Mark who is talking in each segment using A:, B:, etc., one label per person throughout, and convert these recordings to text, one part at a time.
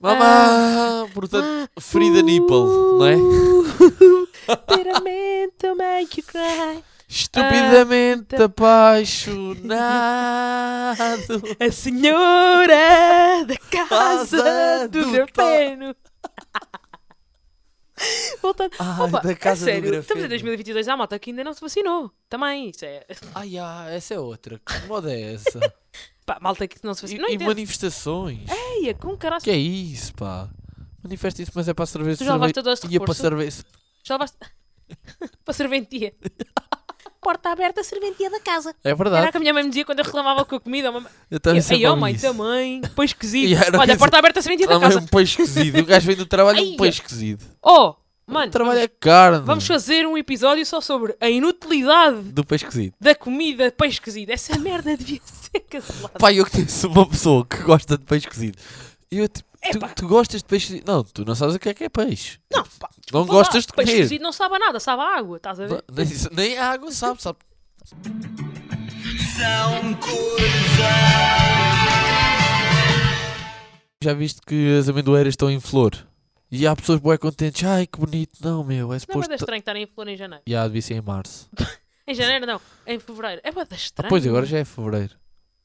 A: Mamá! Ah,
B: ah,
A: Portanto, Frida Nipple, não é?
B: Uh, Bittermento make you cry.
A: Estupidamente
B: ah,
A: apaixonado.
B: A senhora da
A: Casa
B: casa do
A: do
B: grafeno. Voltando.
A: Ai,
B: Opa,
A: Ah, da casa do
B: a sério, estamos
A: grafeno.
B: em 2022 há malta que ainda não se vacinou. Também, isso é.
A: Ai, ah, essa é outra. Que moda é essa?
B: Pá, malta que não se vacinou.
A: E, e
B: não entendo.
A: manifestações?
B: Eia, com caralho.
A: Que é isso, pá? Manifesta isso, mas é para cerveja.
B: Tu já levaste a dose de
A: Ia para
B: reforço?
A: cerveja.
B: Já levaste. para a serventia. Porta aberta, serventia da casa.
A: É
B: Era o
A: verdade.
B: que a minha mãe me dizia quando eu reclamava com a comida. Uma...
A: Eu também
B: Ei,
A: sempre
B: oh
A: ouvi
B: mãe,
A: isso.
B: também. Pois esquisito.
A: Yeah, era o que
B: Olha,
A: eu
B: a porta aberta, serventia da
A: Também é
B: casa.
A: um peixe cozido. O gajo vem do trabalho é um
B: Ai,
A: peixe cozido.
B: Oh, mano.
A: Trabalha carne
B: Vamos fazer um episódio só sobre a inutilidade
A: do peixe cozido.
B: da comida peixe esquisito. Essa merda devia ser cancelada.
A: Pá, eu conheço uma pessoa que gosta de peixe cozido. E Eu, tipo, tu, tu gostas de peixe cozido? Não, tu não sabes o que é que é peixe.
B: não, pá,
A: Não
B: desculpa Tipo, lá.
A: gostas de
B: Peixe
A: comer.
B: cozido tá não sabe a nada, sabe a água, estás a ver?
A: Nem, nem a água sabe, sabe?
C: São coisas.
A: Já viste que as amendoeiras estão em flor? E há pessoas bem contentes. Ai, que bonito. Não, meu, é
B: Não é
A: suposto...
B: bada estranho estarem em flor em janeiro.
A: Já devia ser em março. Ah,
B: Em janeiro não, em fevereiro. É bada estranho.
A: Pois, agora já é fevereiro.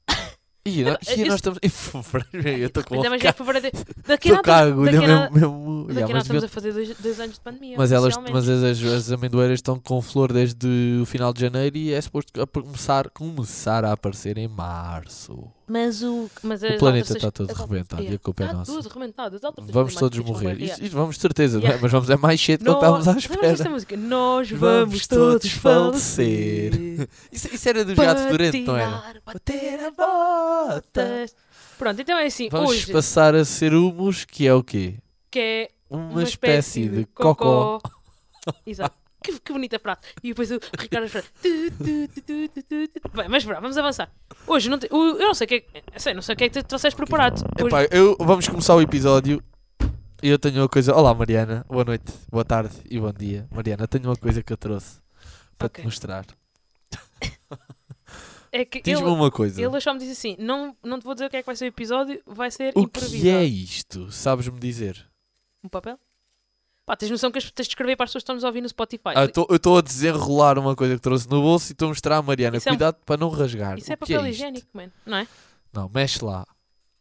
A: E,
B: Não,
A: nós, e
B: isso-
A: nós estamos em fevereiro. Eu estou com um
B: Ainda
A: a
B: mais é
A: ca-
B: fevereiro. de- Daqui a
A: Estou com a
B: nada.
A: agulha
B: Daqui a nada.
A: mesmo. mesmo.
B: Daqui
A: Já,
B: a nada
A: mas
B: estamos
A: devia-
B: a fazer dois, dois anos de pandemia.
A: Mas, elas,
B: oficialmente.
A: mas as, as amendoeiras estão com flor desde o final de janeiro e é suposto que a começar, começar a aparecer em março.
B: Mas o. Mas
A: O
B: as
A: planeta
B: alterações-
A: está todo
B: as al-
A: rebentado e
B: Yeah.
A: a culpa é
B: Está
A: nossa.
B: tudo rebentado. as alterações
A: Vamos
B: climáticas
A: todos
B: vão
A: morrer.
B: morrer.
A: Isto, isto vamos de certeza, não é?
B: Yeah.
A: mas vamos é mais cedo do que
B: Nós-
A: estávamos à
B: Lembras desta
A: espera.
B: música? Nós vamos,
A: Vamos todos
B: todos
A: falecer.
B: falecer.
A: Isso, isso era do Jato Durante, não então, era?
B: Patinar,
A: Bater a bota.
B: botas. Pronto, então é assim.
A: Vamos
B: hoje,
A: passar a ser humus, que é o quê?
B: que é
A: Uma,
B: uma
A: espécie, de cocó.
B: Exato. Que, que bonita frase. E depois o Ricardo Ferreira. Tu, tu, tu, tu, tu, tu, tu. Bem, mas pronto, vamos avançar. Hoje, não te- o- eu não sei o que é que. eu sei, não sei o que é que tu trouxeste preparado. Hoje,
A: Epá, eu, vamos começar o episódio. Eu tenho uma coisa. Olá, Mariana. Boa noite, boa tarde e bom dia. Mariana, tenho uma coisa que eu trouxe para
B: Ok.
A: te mostrar.
B: é que
A: Diz-me
B: ele,
A: uma coisa.
B: ele só me disse assim: não, não te vou dizer o que é que vai ser o episódio, vai ser
A: O que
B: improvisado.
A: é isto? Sabes-me dizer?
B: Um papel? Pá, tens noção que as- tens de escrever para as pessoas que estão nos a ouvir no Spotify.
A: Ah, eu tô- eu estou a desenrolar uma coisa que trouxe no bolso e estou a mostrar à Mariana.
B: Isso é um-
A: Cuidado para não rasgar.
B: Isso é
A: o que é
B: papel
A: isto?
B: higiênico, mano. Não é?
A: Não, mexe lá.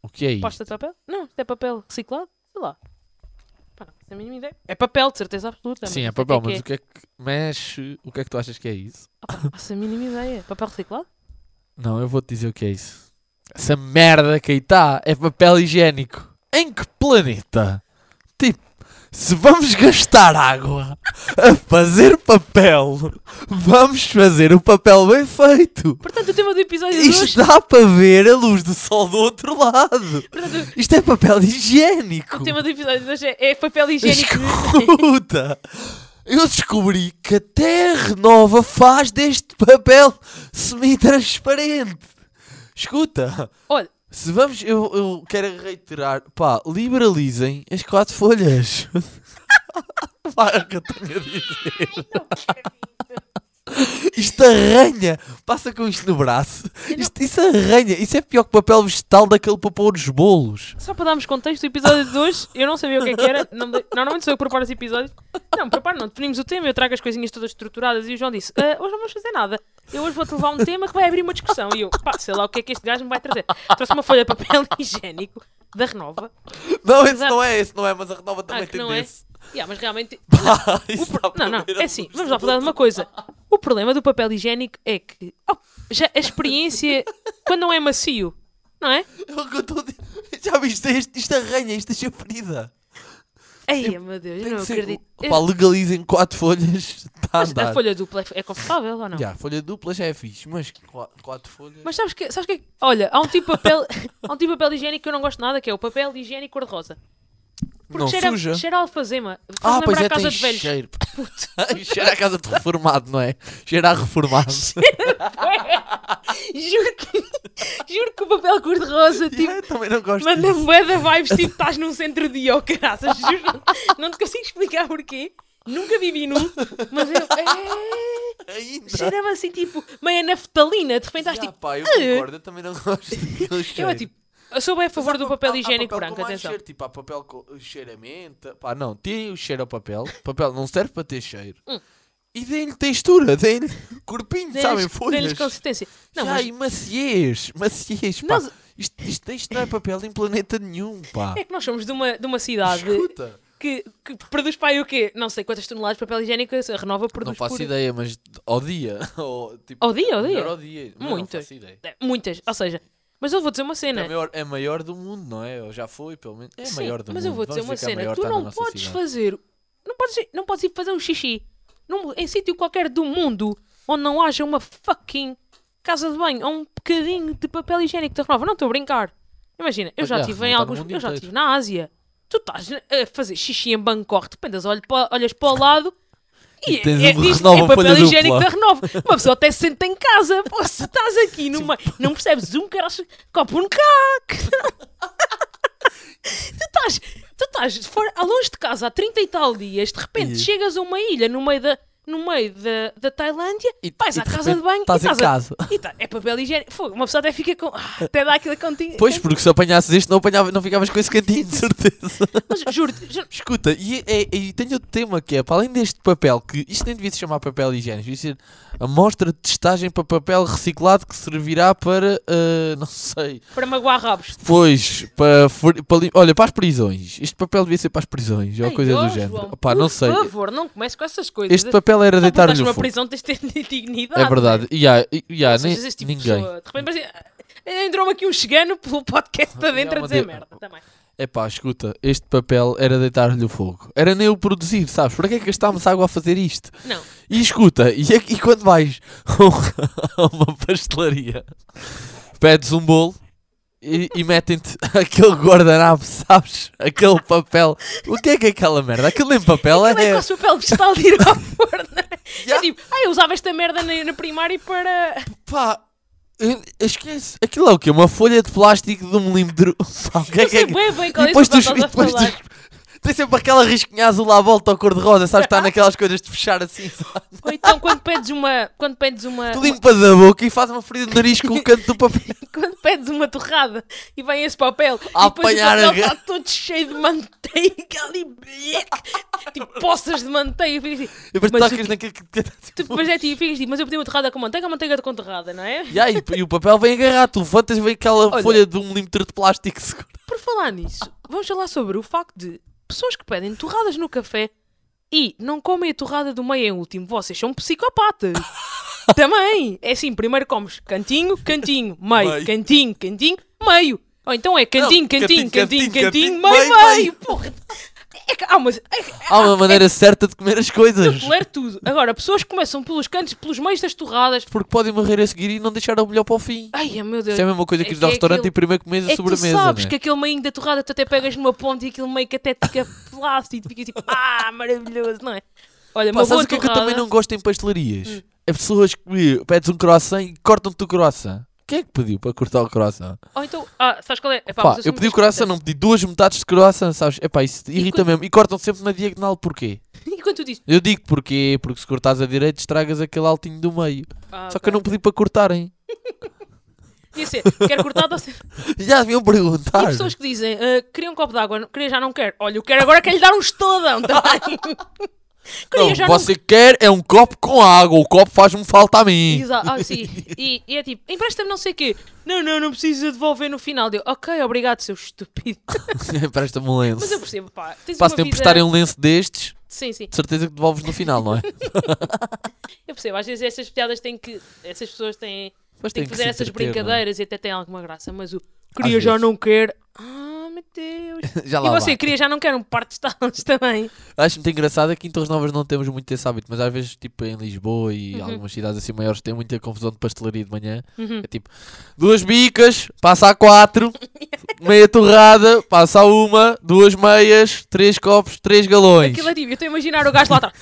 A: O que é isto?
B: Pasta de papel? Não, isto é papel reciclado? Sei lá. Pá, não faço a mínima ideia. É papel, de certeza absoluta.
A: Sim,
B: mas
A: é
B: não sei
A: papel,
B: o que
A: mas
B: é
A: o que é que mexe? O que é que tu achas que é isso?
B: que é. Não faço a mínima ideia. Papel reciclado?
A: Não, eu vou-te dizer o que é isso. Essa merda que aí está é papel higiênico. Em que planeta? Tipo, se vamos gastar água a fazer papel, vamos fazer o papel bem feito.
B: Portanto, o tema do episódio de hoje.
A: Isto dá para ver a luz do sol do outro lado.
B: Portanto,
A: Isto é papel higiênico.
B: o tema do episódio de hoje é, é papel higiênico.
A: Escuta! Eu descobri que a Terra Nova faz deste papel semi-transparente. Escuta,
B: Olha,
A: se vamos, eu, eu quero reiterar, pá, liberalizem as quatro folhas. Pá, é o que eu tenho a dizer. Isto arranha, passa com isto no braço. Isto, isso arranha, isso é pior que papel vegetal daquele para pôr os bolos.
B: só para darmos contexto, o episódio de hoje eu não sabia o que é que era. Não me- normalmente sou eu que preparo os episódios. Não, preparo não. Definimos o tema, eu trago as coisinhas todas estruturadas e o João disse: "Ah, hoje não vamos fazer nada. Eu hoje vou-te levar um tema que vai abrir uma discussão. E eu, pá, sei lá o que é que este gajo me vai trazer. Trouxe uma folha de papel higiênico da Renova.
A: Não, esse
B: Exato.
A: não é, esse não é, mas a Renova também
B: que
A: tem
B: não é?
A: desse.
B: Yeah, mas realmente.
A: Pá,
B: o
A: isso
B: pro-
A: dá para um
B: Não, não,
A: ver
B: é
A: a
B: assim.
A: luz
B: Vamos
A: do
B: lá falar de uma coisa. O problema do papel higiênico é que oh, já a experiência, quando não é macio, não é?
A: É o que eu estou a dizer. Já viste? Isto, isto arranha, isto deixa ferida.
B: Ai, meu Deus, eu
A: Tem
B: não
A: que ser-
B: acredito.
A: Pá, legalizem quatro folhas. Está a
B: Mas
A: andar.
B: a folha dupla é- é confortável ou não?
A: Já, folha dupla já é fixe, mas qua- quatro folhas.
B: Mas sabes que, sabes que. Olha, há um tipo de papel, há um tipo de papel higiênico que eu não gosto nada, que é o papel higiênico cor-de-rosa. Porque
A: não
B: cheira,
A: suja.
B: cheira a alfazema. Faz
A: ah,
B: lembrar
A: pois é,
B: a casa
A: tem
B: de velhos.
A: cheiro. cheira a casa de reformado, não é? Cheira a reformado.
B: juro, que, juro que o papel cor-de-rosa, tipo,
A: Yeah, também não gosto
B: Manda
A: disso.
B: moeda vibes, tipo, estás num centro de ó, caraças, juro. Não te consigo explicar porquê. Nunca vivi num, mas eu. É,
A: Ainda.
B: cheirava assim, tipo, meia naftalina. De repente estás
A: Já,
B: tipo.
A: pá, eu
B: "Ah".
A: concordo, eu também não gosto daquele
B: Eu é
A: cheiro.
B: tipo. Eu sou bem a favor
A: Mas há
B: do
A: pa-
B: papel
A: há- há
B: higiênico
A: papel
B: branco,
A: com mais
B: atenção.
A: Cheiro, tipo, há papel com cheiro a menta. Pá, não, tirem o cheiro ao papel. Papel não serve para ter cheiro.
B: Hum.
A: E deem-lhe textura, deem-lhe corpinho, sabem?
B: Deles- deles
A: Folhas.
B: consistência. Não,
A: Não,
B: mas
A: e maciez, maciez, pá.
B: Nós-
A: Isto, isto, isto não é papel em planeta nenhum, pá.
B: é que nós somos de uma, de uma cidade
A: Escuta.
B: que, que produz para aí o quê? Não sei quantas toneladas de papel higiênico a Renova produz
A: Não faço
B: por...
A: ideia, mas ao dia. Ou, tipo,
B: Ao dia, ao dia.
A: melhor ao dia. mas Não
B: Muitas.
A: faço ideia.
B: Muitas, ou seja, mas eu vou dizer uma
A: É
B: cena.
A: maior, é maior do mundo, não é? Ou já foi, pelo menos. É
B: Né? Sim,
A: maior do
B: mas
A: mundo.
B: eu vou dizer
A: Vamos
B: uma
A: que a maior
B: cena. Tu
A: está na
B: não
A: nossa
B: podes
A: cidade.
B: fazer. Não podes, ir- não podes ir fazer um xixi num, em sítio qualquer do mundo onde não haja uma fucking casa de banho ou um bocadinho de papel higiênico da renova. Não estou a brincar. Imagina, eu
A: Pois
B: já
A: é,
B: estive
A: não
B: em
A: está no
B: alguns.
A: mundo
B: Eu já
A: inteiro.
B: estive na Ásia. Tu estás a fazer xixi em Bangkok, de pendas, olho pa- olhas para o lado.
A: E tens um
B: diz-
A: Renova
B: é papel
A: folha
B: higiênico
A: dupla.
B: da Renova. Uma pessoa até se senta em casa. Pô, se estás aqui numa. Não percebes um cara copo um caco. tu estás, tu estás fora, a longe de casa há 30 e tal dias, de repente
A: Ih.
B: chegas a uma ilha no meio da, no meio da, da Tailândia,
A: E-
B: vais
A: e
B: à
A: de
B: casa de
A: repente
B: banho
A: estás
B: e
A: em
B: estás
A: casa.
B: A, e tá- é papel higiênico. Fogo, uma pessoa até fica com. ah, até dá aquilo cantinho.
A: Pois, porque se apanhasses este, não, apanhava, não ficavas com esse cantinho, de certeza.
B: Mas juro-te, juro-
A: Escuta, e, e, e tenho outro tema que é, para além deste papel, que isto nem devia se chamar papel higiênico, devia ser amostra de testagem para papel reciclado que servirá para, ah, não sei,
B: para magoar rabos.
A: pois, para, for- para lim- olha, para as prisões. Este papel devia ser para as prisões, ou
B: Ai,
A: coisa
B: ó,
A: do género.
B: João,
A: Opá, não
B: por
A: sei,
B: favor, não comece com essas coisas.
A: este papel era
B: Só porque estás
A: deitar-lhe o
B: numa
A: fogo.
B: prisão né? tens de ter dignidade.
A: É verdade, e há, e- e há,
B: Não
A: Ah, nem-
B: sejas esse tipo de
A: ninguém.
B: pessoa. De repente, parece- ah, entrou-me aqui um chegano pelo podcast para dentro a
A: uma
B: dizer
A: de-
B: merda também.
A: É pá, escuta, este papel era deitar-lhe o fogo. Era nem o produzir, sabes? Para que é que gastámos água a fazer isto?
B: Não.
A: E escuta, e, é- e quando vais a uma pastelaria, pedes um bolo e, e metem-te aquele guardanapo, sabes? Aquele papel. O que é que é aquela merda? Aquilo nem papel é.
B: Como é que
A: é-
B: o seu pele vegetal de ir ao forno?
A: Ya.
B: É tipo, ah, eu usava esta merda na, na primária
A: É
B: para.
A: Pá, eu- esquece. Aquilo é o quê? Uma folha de plástico de um milímetro. Pá, o que é que é
B: Não sei
A: que-
B: bem bem
A: E
B: qual é
A: depois
B: isso
A: tu.
B: que
A: e
B: estás a
A: depois
B: falar.
A: tu- Tem sempre aquela risquinha azul à volta ao cor-de-rosa, sabes? Está naquelas coisas de fechar assim, sabe?
B: Ou então quando pedes uma. Quando pedes uma.
A: Tu limpas a boca e fazes uma ferida de nariz com o canto do papel.
B: Quando pedes uma torrada e vem esse papel.
A: A
B: e depois
A: apanhar
B: o
A: a
B: papel está
A: ga-
B: todo cheio de manteiga ali. tipo poças de manteiga. Ficas assim,
A: E depois
B: Mas o
A: tocas naquilo que.
B: tu depois é tipo, ficas tipo, mas eu pedi uma torrada com manteiga ou manteiga com torrada, não é?
A: Ya, e, e o papel vem agarrado, tu levantas vem aquela
B: Olha.
A: folha de um milímetro de plástico seguro.
B: Por falar nisso, vamos falar sobre o facto de pessoas que pedem torradas no café e não comem a torrada do meio em último. Vocês são psicopatas. Também. É assim, primeiro comes cantinho, cantinho, meio,
A: Meio.
B: cantinho, cantinho, meio. Ou então é cantinho,
A: Não, cantinho,
B: cantinho, cantinho, cantinho,
A: cantinho, cantinho,
B: meio,
A: meio,
B: meio.
A: meio.
B: Porra. É que há uma... É, que
A: Há uma maneira certa de comer as coisas.
B: de ler tudo. Agora, pessoas que começam pelos cantos, pelos meios das torradas.
A: Porque podem morrer a seguir e não deixar o melhor para o fim.
B: Ai, meu Deus.
A: Isso é a mesma coisa que
B: É
A: ir ao
B: que é
A: restaurante
B: aquilo-
A: e primeiro comes a
B: É que tu
A: sobremesa.
B: sabes
A: né?
B: que aquele meinho da torrada tu até pegas numa ponte e aquele meio que até te fica plástico e fica tipo, ah, maravilhoso, não é? Olha,
A: Pá,
B: uma boa
A: sabes o que é que eu
B: torrada.
A: também não gosto em pastelarias? É pessoas que pedes um croissant e cortam-te o croissant. Quem é que pediu para cortar o croissant?
B: Ou então, ah, sabes qual é? Epá,
A: Pá,
B: mas sou
A: eu pedi o
B: muito
A: croissant, não pedi duas metades de croissant, sabes? É pá, isso irrita
B: quando-
A: mesmo. E cortam sempre na diagonal, porquê?
B: escrota. E quando tu dizes,
A: Eu digo porquê, porque se cortares a direita estragas aquele altinho do meio.
B: ah,
A: Só que eu não pedi para cortarem.
B: ia ser, quero cortar doce.
A: Já deviam perguntar.
B: E pessoas que dizem, ah, queria um copo de água, não- queria já não quero. Olha, eu quero agora quero lhe dar um estodão também. queria
A: Não,
B: já
A: você quer é um copo com água, o copo faz-me falta a mim.
B: Exato, ah, sim. E, e é tipo, empresta-me não sei o quê. Não, não, não precisa devolver no final. Deu, ok, obrigado, seu estúpido.
A: Presta-me um lenço.
B: Mas eu percebo, pá. Tens
A: Pá, se
B: uma
A: te
B: vida...
A: emprestarem um lenço destes,
B: Sim, sim.
A: de certeza que devolves no final, não é?
B: Eu percebo, às vezes estas piadas têm que. Essas pessoas têm,
A: Mas
B: têm
A: tem
B: que
A: que
B: fazer
A: se
B: essas
A: entreter, não é?
B: brincadeiras e até têm alguma graça, mas o queria
A: Às
B: já
A: vezes.
B: não quer. Ah, meu Deus.
A: Já
B: e
A: lá
B: você
A: vai.
B: queria já não quer um par de estalos também.
A: Acho muito engraçado é que em Torres Novas não temos muito esse hábito, mas às vezes, tipo, em Lisboa e
B: Uhum.
A: algumas cidades assim maiores, tem muita confusão de pastelaria de manhã. É tipo, duas bicas, passa a quatro, meia torrada, passa a uma, duas meias, três copos, três galões.
B: Aquilo é tipo, eu estou a imaginar o gajo lá atrás.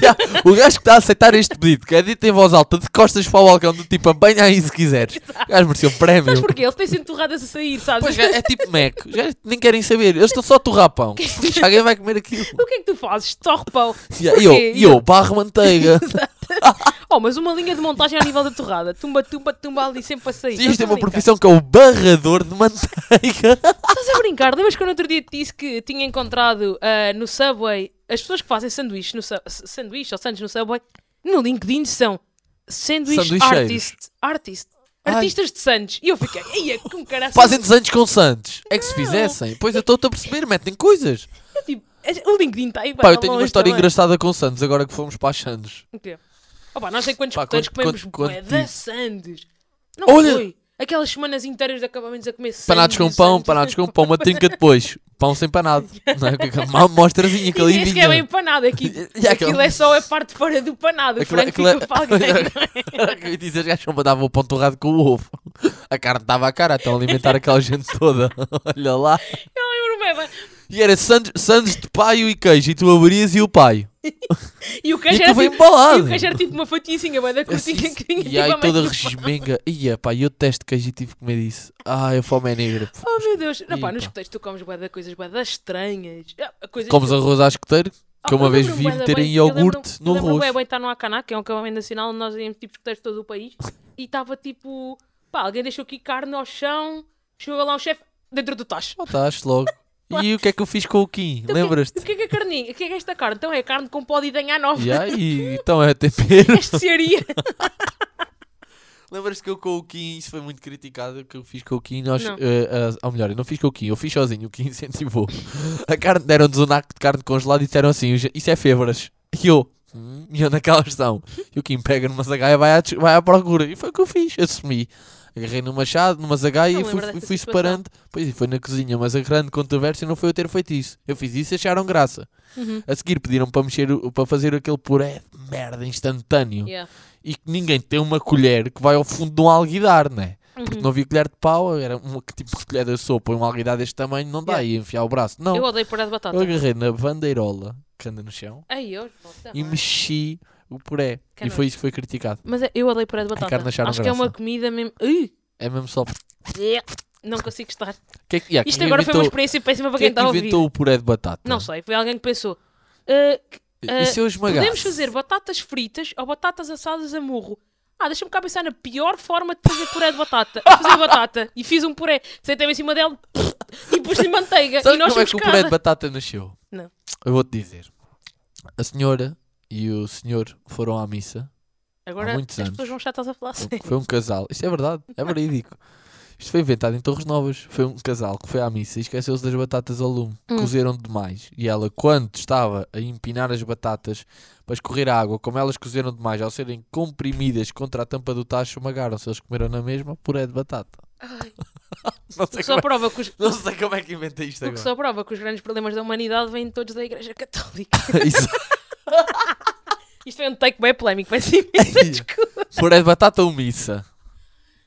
A: Já, o gajo que está a aceitar este pedido, que é dito em voz alta, de costas para o balcão, do tipo, apanha aí se quiseres. O gajo mereceu um prémio.
B: Sabes porquê? Ele tem sido torradas a sair, sabes?
A: Pois é, é tipo Mac. Os gajos nem querem saber. Eles estão só a torrar pão. Se Alguém vai comer aquilo.
B: O que é que tu fazes? Torre pão.
A: E eu,
B: Porquê?
A: e eu, barro manteiga.
B: Oh, mas uma linha de montagem ao nível da torrada. Tumba, tumba, tumba ali sempre a sair.
A: Devias ter
B: Estás a
A: uma
B: brincar?
A: profissão que é o barrador de manteiga.
B: Estás a brincar? Lembras que eu no outro dia te disse que tinha encontrado ah, no Subway as pessoas que fazem sanduíches no Sub- s- sanduíche ou sandes no Subway no LinkedIn são sanduíche
A: Sanduicheiros.
B: artist. Artist.
A: Ai.
B: Artistas de sandes. E eu fiquei, é eia, como caralho.
A: Fazem desenhos com Santos. É que se
B: Não.
A: fizessem. Pois eu estou-te a perceber, metem coisas.
B: Tipo, o LinkedIn está aí.
A: Pá, eu tenho uma história engraçada com Santos, agora que fomos para as Santos.
B: engraçada. Opa, nós sei quantos
A: Pá,
B: coteiros
A: quanto-
B: comemos
A: quanto-
B: bué
A: quanto
B: da
A: disso?
B: sandes. Não
A: Olha!
B: foi. Aquelas semanas inteiras de acabamentos a comer sandes.
A: Panados com pão,
B: sandes.
A: panados com pão, uma trinca depois. Pão sem panado. Não é? Com aquela má mostrazinha que
B: E
A: ali
B: nem sequer é bem
A: vinha.
B: empanado aqui.
A: E há aquela-
B: Aquilo é só a parte de fora do panado. O
A: Aquilo-
B: frango
A: aquilo é-
B: fica para alguém.
A: Eu disse, as gajas só mandavam o pão torrado com o ovo. A carne estava à cara, estão a alimentar aquela gente toda. Olha lá.
B: Eu lembro-me bem.
A: E era Santos, Santos de paio e queijo. E tu abrias e o paio.
B: E o
A: E
B: queijo era
A: aquilo foi
B: tipo... E
A: embalado.
B: o queijo era tipo uma fatiazinha, bué da curtinha que
A: Assim,
B: tinha
A: E
B: tipo a
A: aí
B: meio
A: toda
B: do-
A: resmenga. Ia, pá, eu testo queijo e tive que comer isso. Ai, a fome é negra. pô.
B: Oh meu Deus. Não, pá, nos
A: Epa.
B: coteiros tu comes bué da coisas bué da estranhas. Ah, Coisas
A: Comes arroz à escoteiro, que eu
B: Ah, eu
A: uma vez
B: lembro-me
A: vi
B: bué da
A: meterem
B: bem- eu lembro-me-
A: iogurte no
B: eu lembro-me
A: arroz.
B: bué bem estar no Acaná, que é um acampamento nacional, onde nós íamos tipo escuteiros de todo o país, e estava tipo, pá, alguém deixou aqui carne ao chão, chegou lá um chefe dentro do tacho.
A: Voltaste logo. E o que é que eu fiz com o Kim?
B: Então, o que-
A: Oh, Lembras-te?
B: O que é que é carninha? O que é que é esta carne? Então é carne com pó de danhar nova.
A: E aí, então é tempero.
B: Este seria.
A: Lembras-te que eu com o Kim, isso foi muito criticado, que eu fiz com o Kim, nós,
B: Não.
A: eh, ah, ou melhor, eu não fiz com o Kim, eu fiz sozinho, o Kim incentivou. A carne, deram-nos um naco de carne congelada e disseram assim, isso é febras. E eu, hum, e eu naquela estão. E o Kim pega numa zagaia e vai à, des- vai à procura. E foi o que eu fiz, assumi. Agarrei num machado, numa zagaia
B: Não
A: e
B: me
A: fui,
B: lembro
A: fui,
B: dessa
A: fui
B: situação.
A: separando. Pois e foi na cozinha, mas a grande controvérsia não foi eu ter feito isso. Eu fiz isso e acharam graça.
B: Uhum.
A: A seguir pediram para mexer, o- para fazer aquele puré de merda instantâneo
B: Yeah.
A: e que ninguém tem uma colher que vai ao fundo de um alguidar, né?
B: Uhum.
A: Porque não havia colher de pau, era uma que tipo de colher de sopa e um alguidar deste tamanho, não dá
B: Yeah.
A: e enfiar o braço. Não,
B: Eu
A: eu,
B: odeio puré de batata.
A: agarrei na bandeirola que anda no chão
B: Ai, eu.
A: e mexi o puré.
B: Que
A: e foi isso que foi criticado.
B: Mas é- eu odeio puré de batata.
A: carne
B: Acho
A: acharam
B: que é uma
A: um graça.
B: comida mesmo. Ui!
A: É mesmo só. Que
B: Não consigo estar.
A: é que- yeah,
B: Isto
A: quem
B: agora foi uma
A: inventou-
B: experiência péssima para
A: quem
B: quem
A: é que
B: está a ouvir.
A: inventou o puré de batata?
B: Não sei, foi alguém que pensou. "Ah, que-
A: E se eu esmagasse?
B: podemos fazer batatas fritas ou batatas assadas a murro. Ah, deixa-me cá pensar na pior forma de fazer puré de batata. Eu fazer batata e fiz um puré. Sentei-me em cima dela e pus-lhe manteiga.
A: Sabe
B: e nós
A: como é
B: fomos
A: que o
B: cá.
A: puré de batata nasceu?
B: Não.
A: Eu vou-te dizer. A senhora e o senhor foram à missa
B: Agora
A: há
B: as
A: muitos anos.
B: pessoas vão achar que estás a falar sério.
A: Foi um casal. Isto é verdade, é verídico. Isto foi inventado em Torres Novas. Foi um casal que foi à missa e esqueceu-se das batatas ao lume.
B: Hum.
A: Cozeram demais. E ela, quando estava a empinar as batatas para escorrer a água, como elas cozeram demais, ao serem comprimidas contra a tampa do tacho, magaram-se. Eles comeram na mesma puré de batata. Não
B: O que
A: sei,
B: só
A: como é,
B: prova que os,
A: não sei como é que inventei isto
B: o
A: agora.
B: que só prova que os grandes problemas da humanidade vêm todos da Igreja Católica.
A: Isso.
B: Isto é um take bem polémico, mas imensa desculpa.
A: Puré de batata ou missa?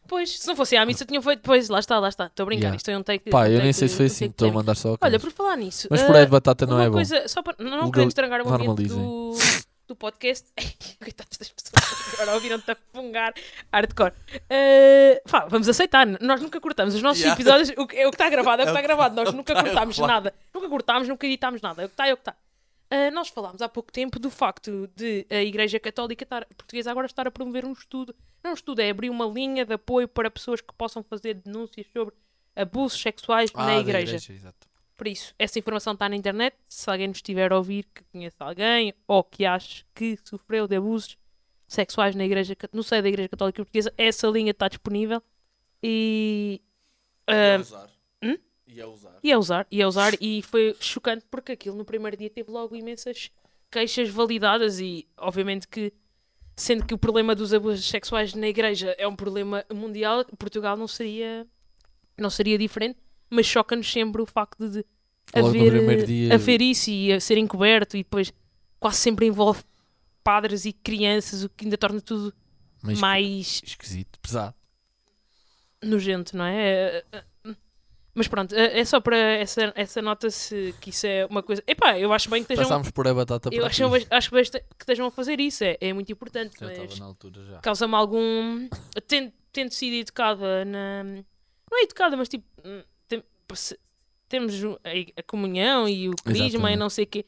B: Pois, se não fosse à missa, tinham feito. Pois, lá está, lá está. Estou a brincar.
A: Yeah.
B: Isto é um take.
A: Pá,
B: um
A: eu
B: take-
A: nem sei se foi
B: um
A: assim.
B: take
A: Estou a
B: polémico.
A: mandar só.
B: Olha,
A: coisas.
B: por falar nisso.
A: Mas
B: ah,
A: puré de batata não
B: uma
A: é bom.
B: coisa, só para, não
A: Legal-
B: querendo estragar o ambiente
A: normalizem.
B: do, do podcast. Coitados das pessoas que agora ouviram-te a fungar hardcore. Ah, pá, vamos aceitar. Nós nunca cortamos os nossos
A: Yeah.
B: episódios. O que é o que está gravado, é o que está gravado. Nós nunca
A: tá, é
B: cortámos
A: claro.
B: nada. Nunca cortámos, nunca editámos nada. É o que está, é o que está. Ah, nós falámos há pouco tempo do facto de a Igreja Católica estar- Portuguesa agora estar a promover um estudo. Não um estudo, é abrir uma linha de apoio para pessoas que possam fazer denúncias sobre abusos sexuais
A: Ah,
B: na
A: da
B: igreja.
A: exato.
B: Por isso, essa informação está na internet. Se alguém nos estiver a ouvir que conheça alguém ou que ache que sofreu de abusos sexuais na igreja, Ca- no seio da Igreja Católica Portuguesa, essa linha está disponível e,
A: E a
B: ah,
A: usar. E a usar.
B: e a usar, e a usar, e foi chocante porque aquilo no primeiro dia teve logo imensas queixas validadas e obviamente que sendo que o problema dos abusos sexuais na igreja é um problema mundial, Portugal não seria não seria diferente, mas choca-nos sempre o facto de
A: Logo no
B: haver, eh,
A: primeiro dia-
B: haver isso e a ser encoberto e depois quase sempre envolve padres e crianças, o que ainda torna tudo
A: Mas
B: mais
A: esquisito, pesado.
B: nojento, não é? É, é, é. Mas pronto, é é só para essa, essa nota se que isso é uma coisa. Epá, eu acho bem que estejam.
A: Passámos por a batata
B: Eu
A: para
B: acho,
A: aqui.
B: acho bem que estejam a fazer isso, é, é muito importante,
A: Já estava
B: mas
A: na altura já.
B: causa-me algum. Tendo, tendo sido educada na. Não é educada, mas tipo. hum, tem- se- Temos o- a, a comunhão e o crisma e
A: Exatamente.
B: não sei o quê.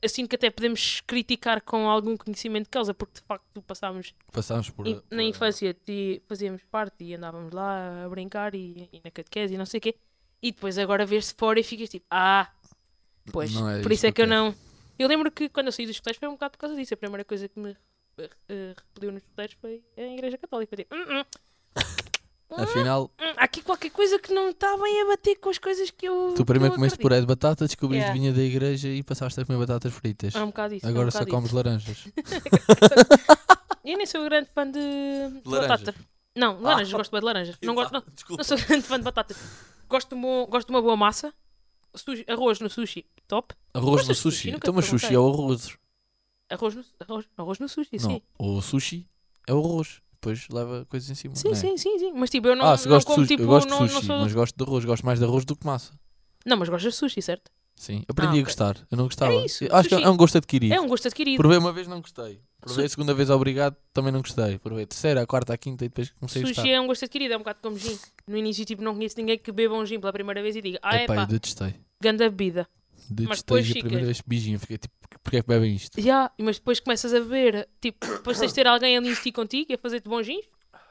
B: eu sinto que até podemos criticar com algum conhecimento de causa, porque de facto passámos
A: Passámos por.
B: in-
A: por-
B: na infância, ti- fazíamos parte e andávamos lá a brincar e, e na catequese e não sei o quê, e depois agora vês-se fora e ficas tipo, ah, pois,
A: Não é
B: por
A: isto
B: isso é que eu
A: que eu
B: não. Eu lembro que quando eu saí dos escoteiros foi um bocado por causa disso, a primeira coisa que me eh, eh, repeliu nos escoteiros foi a Igreja Católica. Eu tipo, "Hum, hum,
A: Afinal,
B: hum, há aqui qualquer coisa que não está bem a bater com as coisas que eu.
A: tu primeiro
B: que eu
A: comeste puré de batata, descobriste
B: um Yeah.
A: vinha da igreja e passaste a comer batatas fritas.
B: acredito. É um bocado isso. é um
A: Agora só
B: bocado
A: comes laranjas.
B: isso. Eu nem sou grande fã de, de
A: Laranjas.
B: batata. Não, laranjas, gosto bem de laranjas. Não gosto, não,
A: Desculpa.
B: não sou grande fã de batata. Gosto de, um bom- gosto de uma boa massa. Sushi- arroz no sushi, top.
A: Arroz no
B: Gostas de sushi?
A: sushi.
B: Nunca
A: Então,
B: te
A: mas sushi
B: perguntei.
A: é o arroz.
B: Arroz no, arroz, arroz no sushi,
A: Não,
B: sim.
A: o sushi é o arroz. Depois leva coisas em cima.
B: Sim,
A: não é?
B: sim, sim, sim. Mas tipo, eu não,
A: ah, se
B: não
A: gosto de
B: como
A: sushi,
B: tipo.
A: eu gosto
B: não,
A: de
B: não
A: sushi,
B: sou-
A: mas gosto de arroz. Gosto mais de arroz do que massa.
B: Não, mas gostas de sushi, certo?
A: Sim, aprendi
B: Ah, ok.
A: a gostar. Eu não gostava.
B: É isso,
A: Eu Acho que
B: sushi.
A: é um gosto adquirido.
B: É um gosto adquirido.
A: Provei uma vez, não gostei.
B: Su-
A: Provei a segunda vez, obrigado, também não gostei. Provei a terceira, a quarta, a quinta e depois comecei a
B: Sushi
A: gostar.
B: é um gosto adquirido, é um bocado como gin. No início, tipo, não conheço ninguém que beba um gin pela primeira vez e diga, ah, é
A: Epá, eu
B: pá,
A: detestei.
B: grande bebida. Mas
A: Detestei
B: depois
A: e a primeira vez beijinho. Fiquei tipo, porquê é que bebem isto?
B: Já, mas depois começas a beber, tipo, depois tens de ter alguém ali insistir contigo e a fazer-te bons gins,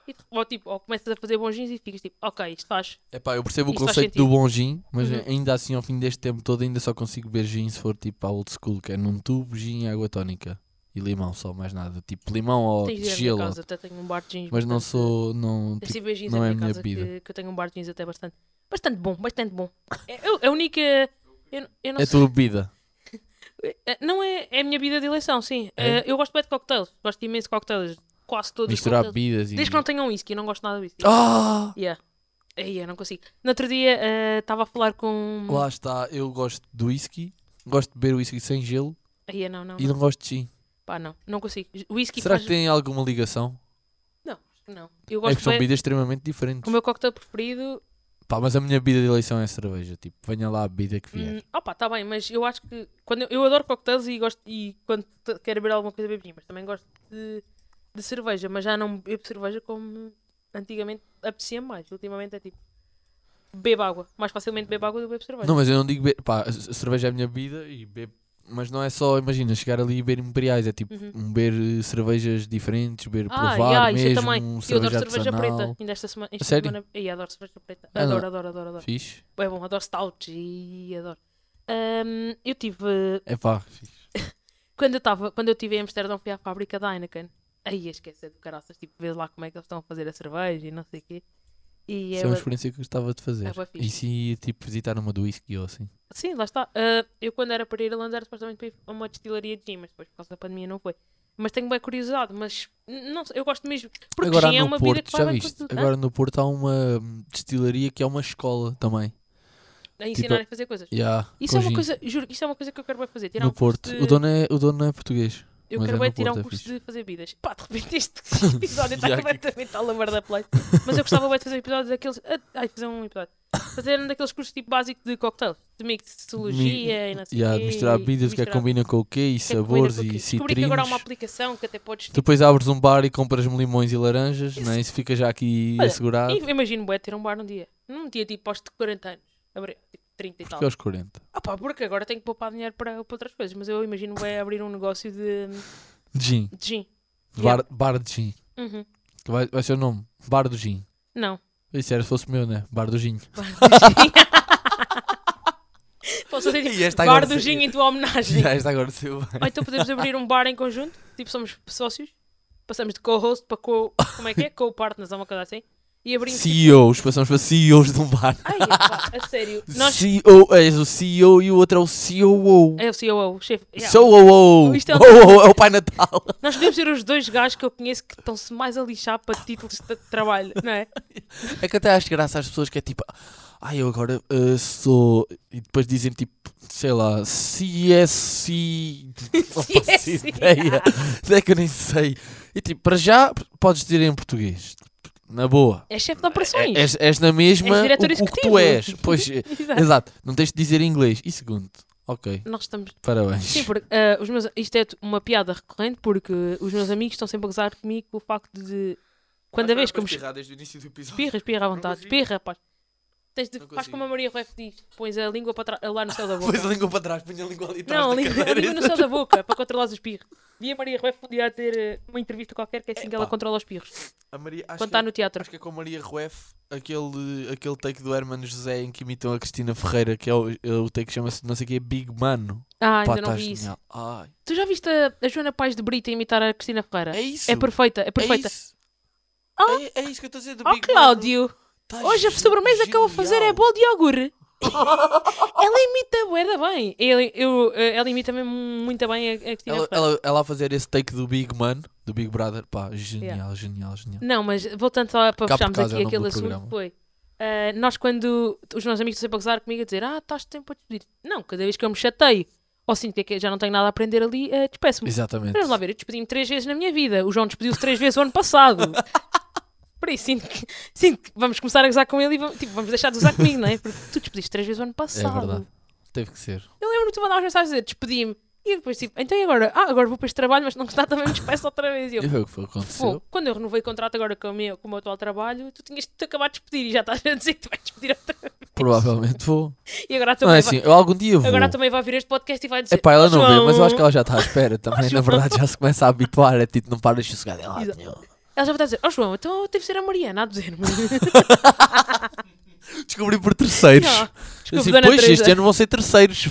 B: e tu- ou, tipo, ou começas a fazer bons gins e ficas tipo, ok, isto faz.
A: Epá, eu percebo o
B: Isto faz
A: conceito
B: sentido.
A: do bom gin, mas
B: Uhum.
A: ainda assim, ao fim deste tempo todo, ainda só consigo beber gin se for tipo à old school, que é num tubo, gin e água tónica. E limão só, mais nada. Tipo limão ou
B: tens de ir à minha
A: gelo.
B: casa, até tenho um bar de gins.
A: Mas não
B: portanto,
A: sou. Não,
B: Tens de
A: tipo,
B: ir beber gins
A: não
B: à
A: é a
B: minha
A: minha
B: casa,
A: bebida.
B: que, que eu tenho um bar de gins até bastante, bastante bom, bastante bom. É, eu- é a única, eu, n- eu não
A: é a
B: sei,
A: tua bebida.
B: é- não é, é a minha vida de eleição, sim.
A: É?
B: Eh, eu gosto bem de cocktails, gosto imenso de cocktails, quase todos os
A: Misturar
B: cocktails.
A: bebidas e.
B: Desde que não tenham whisky, eu não gosto nada disso.
A: Ah!
B: Yeah. Aí eu não consigo. No outro dia eh, estava a falar com.
A: Lá está, eu gosto de whisky, gosto de beber whisky sem gelo
B: Aí eu não, não.
A: e não gosto de gin.
B: Pá, não, não consigo. Whisky
A: Será
B: faz...
A: que tem alguma ligação?
B: Não, não. Eu
A: É
B: gosto
A: que são
B: bem-
A: bebidas extremamente diferentes.
B: O meu cocktail preferido.
A: Pá, mas a minha bebida de eleição é cerveja. Tipo, venha lá a bebida que vier.
B: Hum, opa, tá bem, mas eu acho que. Quando eu, eu adoro cocktails e gosto. E quando t- quero beber alguma coisa, bebo gin, mas também gosto de, de cerveja. Mas já não bebo cerveja como antigamente apetecia mais. Ultimamente é tipo. Bebo água. Mais facilmente bebo água do que bebo cerveja.
A: Não, mas eu não digo. Be... Pá, a c- a cerveja é a minha bebida e bebo. Mas não é só, imagina, chegar ali e beber imperiais. É tipo, um beber eh, cervejas diferentes, beber
B: ah,
A: é provar
B: yeah,
A: mesmo,
B: Uhum. isso eu também.
A: cerveja
B: Eu adoro cerveja
A: artesanal.
B: preta. Ainda esta semana. Esta
A: sério?
B: semana. Ai, adoro cerveja preta.
A: Ah, não.
B: Adoro, adoro, adoro, adoro.
A: Fixe.
B: É bom, adoro stouts e adoro. Ahm, eu tive
A: É pá, fixe.
B: quando eu estava, quando eu estive em Amsterdão, fui à fábrica da Heineken. Aí esqueci do caraças, tipo, vês lá como é que eles estão a fazer a cerveja e não sei o quê. E
A: Isso é
B: eu,
A: uma experiência que eu gostava de fazer.
B: É bué fixe.
A: e se, tipo, visitar uma do whisky ou assim?
B: Sim, lá está. Ah, eu quando era para ir a Irlanda era supostamente para ir a uma destilaria de gin, mas depois por causa da pandemia não foi. Mas tenho bem curiosidade, mas n- não sei, eu gosto mesmo. Porque
A: agora
B: gin
A: no
B: é uma
A: Porto,
B: vida que vai
A: já
B: bem com
A: viste?
B: tudo. né? Hã?
A: Agora no Porto há uma hum, destilaria que é uma escola também.
B: a ensinar a fazer coisas.
A: Yeah,
B: Isso é uma
A: tipo, com gin.
B: coisa, juro, isso é uma coisa que eu quero bem fazer. Tirar
A: no
B: um curso
A: Porto.
B: de-
A: O, dono é, o dono não é português.
B: Eu
A: Mas
B: quero
A: é
B: bem
A: no
B: tirar
A: Porto,
B: um
A: é
B: curso
A: fixe.
B: de fazer bebidas. Pá, de repente este episódio está
A: Já que-
B: completamente à labarda play. Mas eu gostava bem de fazer episódios daqueles. ah, Ai, fazer um episódio. Fazer um daqueles cursos tipo básico de cocktail, de mixologia Assim, e não sei o
A: Yeah,
B: quê,
A: de misturar bebidas, o que é que
B: misturar-
A: combina com o quê e
B: o que é que combina
A: sabores
B: com o quê.
A: e
B: Descobri que agora há uma
A: citrinos.
B: aplicação que até podes. Tipo,
A: Depois abres um bar e compras-me limões e laranjas, né? isso fica já aqui
B: Olha,
A: assegurado.
B: e imagino, bué, ter um bar num dia. Num dia tipo aos 40 anos. Abrir, tipo 30 e tal.
A: Porque aos 40.
B: Ah pá, porque agora tenho que poupar dinheiro para, para outras coisas. Mas eu imagino, bué, abrir um negócio de,
A: Gin.
B: de gin.
A: Bar, bar de gin.
B: Uhum.
A: Que Vai, vai ser o nome. Bar do gin.
B: Não.
A: Isso era se fosse meu, né? Bar do gin.
B: Posso dizer
A: E esta
B: tipo,
A: agora
B: bar do
A: sim.
B: gin em tua homenagem.
A: Já está agora seu.
B: Ou então podemos abrir um bar em conjunto, tipo somos sócios, passamos de co-host para co... como é que é? Co-partners, ou uma coisa assim, e abrimos...
A: CEOs, passamos para CEOs de um bar.
B: Ai, epá, a sério, nós...
A: CEO, és o CEO e o outro é o COO.
B: É o CEO, o chefe. yeah.
A: COO!
B: Isto é um-
A: Oh, oh, é o Pai Natal!
B: Nós podemos ser os dois gajos que eu conheço que estão-se mais a lixar para títulos de trabalho, não é?
A: É que até acho graça às pessoas que é tipo, ai eu agora eh, sou. E depois dizem tipo, sei lá, é, CSC.
B: é,
A: Não faço
B: CSI.
A: ideia. É que eu nem sei. E tipo, para já podes dizer em português. Na boa.
B: É chefe de
A: É-
B: operações.
A: És, és na mesma
B: És
A: o,
B: diretor
A: o que
B: executivo.
A: tu és. Pois, eh,
B: Exato.
A: exato. Não tens de dizer em inglês. E segundo, ok,
B: Nós estamos...
A: parabéns.
B: Sim, porque ah, os meus... isto é t- uma piada recorrente porque os meus amigos estão sempre a gozar comigo com o facto de... Quando a vez que eu me
A: errado desde o início do episódio.
B: Espirra, espirra à vontade. Espirra, rapaz. Tens de,
A: Não
B: faz
A: consigo.
B: como a Maria Rueff diz: pões a língua para trás- lá no céu da boca.
A: Pôs a língua para trás, põe a língua ali atrás
B: Não,
A: da
B: a língua, a
A: cadeira.
B: língua no céu da boca para controlar os espirros. E a Maria Rueff podia ter eh, uma entrevista qualquer que é assim que ela
A: Epá.
B: controla os espirros.
A: A Maria, acho
B: Quando
A: que é-
B: está no teatro.
A: Acho que é com a Maria Rueff, aquele, aquele take do Hermano José em que imitam a Cristina Ferreira, que é o, é o take que chama-se não sei o que, Big Mano.
B: Ah, ainda
A: Pá,
B: não
A: tá
B: vi isso.
A: genial. Ai,
B: Tu já viste a, a Joana Paz de Brito a imitar a Cristina Ferreira?
A: é isso.
B: É perfeita, é perfeita.
A: É isso,
B: Ah.
A: é, é isso que eu estou a dizer do
B: oh,
A: Big Mano.
B: Cláudio,
A: Tá
B: hoje a
A: genial.
B: sobremesa que eu vou fazer é bolo de iogurte. ela imita bué da bem. Ela, eu, eh, ela imita mesmo muito bem a, a Cristina
A: Ela,
B: Ferreira.
A: ela, ela a fazer esse take do Big Man, do Big Brother, pá, genial, genial, genial.
B: Não, mas voltando só para
A: Cá por
B: fecharmos
A: causa é
B: aqui
A: o nome do
B: aquele assunto,
A: programa.
B: foi. ah, nós, quando os meus amigos estão sempre a gozar comigo a dizer, ah, estás sempre a despedir. Não, cada vez que eu me chateio ou sinto que é que já não tenho nada a aprender ali, ah, despeço-me.
A: Exatamente.
B: Vamos lá ver, eu despedi-me três vezes na minha vida. O João despediu-se três vezes o ano passado. Por isso, sinto que, sinto que vamos começar a gozar com ele e vamos, tipo, vamos deixar de gozar comigo, não é? Porque tu despediste três vezes o ano
A: É
B: passado.
A: verdade. Teve que ser.
B: Eu lembro-me de te mandar umas mensagens a dizer, despedi-me. E depois, tipo, então e agora? Ah, agora vou para este trabalho, mas não gostar também me despeço outra vez. E eu,
A: E foi o que foi,
B: Pô,
A: aconteceu.
B: quando eu renovei o contrato agora com o meu, com o meu atual trabalho, tu tinhas de te acabar de despedir e já estás a dizer que tu vais despedir outra vez.
A: Provavelmente vou.
B: E agora
A: Não
B: também,
A: é
B: vai,
A: assim, eu algum dia vou.
B: agora também vai vir este podcast e vai dizer.
A: É pá, ela não vê, mas eu acho que
B: ela.
A: ela já está à espera também. Na verdade, já se começa a habituar. É tipo, não para de sossegar. É lá,
B: Exato.
A: meu.
B: Ela já vai estar a dizer, ó João, então teve de ser a Mariana a dizer-me.
A: Descobri por terceiros.
B: Não,
A: Eu
B: desculpa,
A: assim,
B: Dona
A: pois
B: Teresa.
A: este ano vão ser terceiros.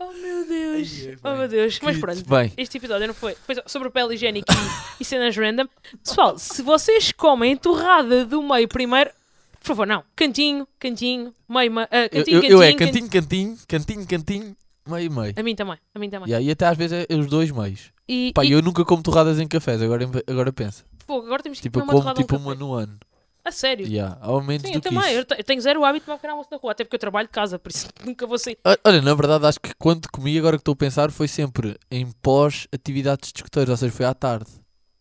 B: Oh meu Deus,
A: Ai, é
B: oh
A: bem.
B: meu Deus. Mas
A: Que-
B: pronto,
A: bem.
B: este episódio não foi, foi só sobre pele higiênica e, e cenas random. Pessoal, se vocês comem torrada do meio primeiro, por favor, não. Cantinho, cantinho, meio, meio. ah,
A: Eu,
B: cantinho,
A: eu-
B: cantinho,
A: eu é
B: cantinho.
A: cantinho,
B: É
A: cantinho, cantinho, cantinho, meio, meio.
B: A mim também, a mim também.
A: E aí até às vezes é os dois meios.
B: E,
A: Pá,
B: e
A: eu nunca como torradas em cafés, agora, agora pensa.
B: pô, agora temos que
A: Tipo, eu
B: comer uma
A: como
B: torrada
A: tipo
B: um
A: uma
B: café.
A: no ano.
B: A sério.
A: Yeah, ao menos
B: Sim,
A: do
B: eu
A: que
B: também.
A: isso.
B: Eu, te- eu tenho zero hábito de tomar pequeno almoço na rua, até porque eu trabalho de casa, por isso nunca vou sair.
A: Ah, Olha, na verdade acho que quando comi, agora que estou a pensar, foi sempre em pós-atividades de escuteiros, ou seja, foi à tarde.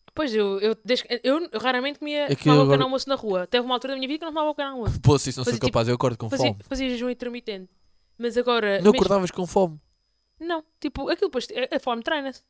B: Pois eu, eu, desde- eu- eu raramente comia
A: É que
B: tomava
A: agora-
B: pequeno almoço na rua. Teve uma altura da minha vida que não tomava pequeno almoço.
A: Pô, se isso não
B: Fazia
A: sou
B: tipo-
A: capaz, eu acordo com
B: Fazia,
A: fome.
B: fazia jejum intermitente. Mas agora.
A: Não
B: eh, mesmo-
A: acordavas com fome.
B: Não, tipo, aquilo depois. A, a fome treina-se.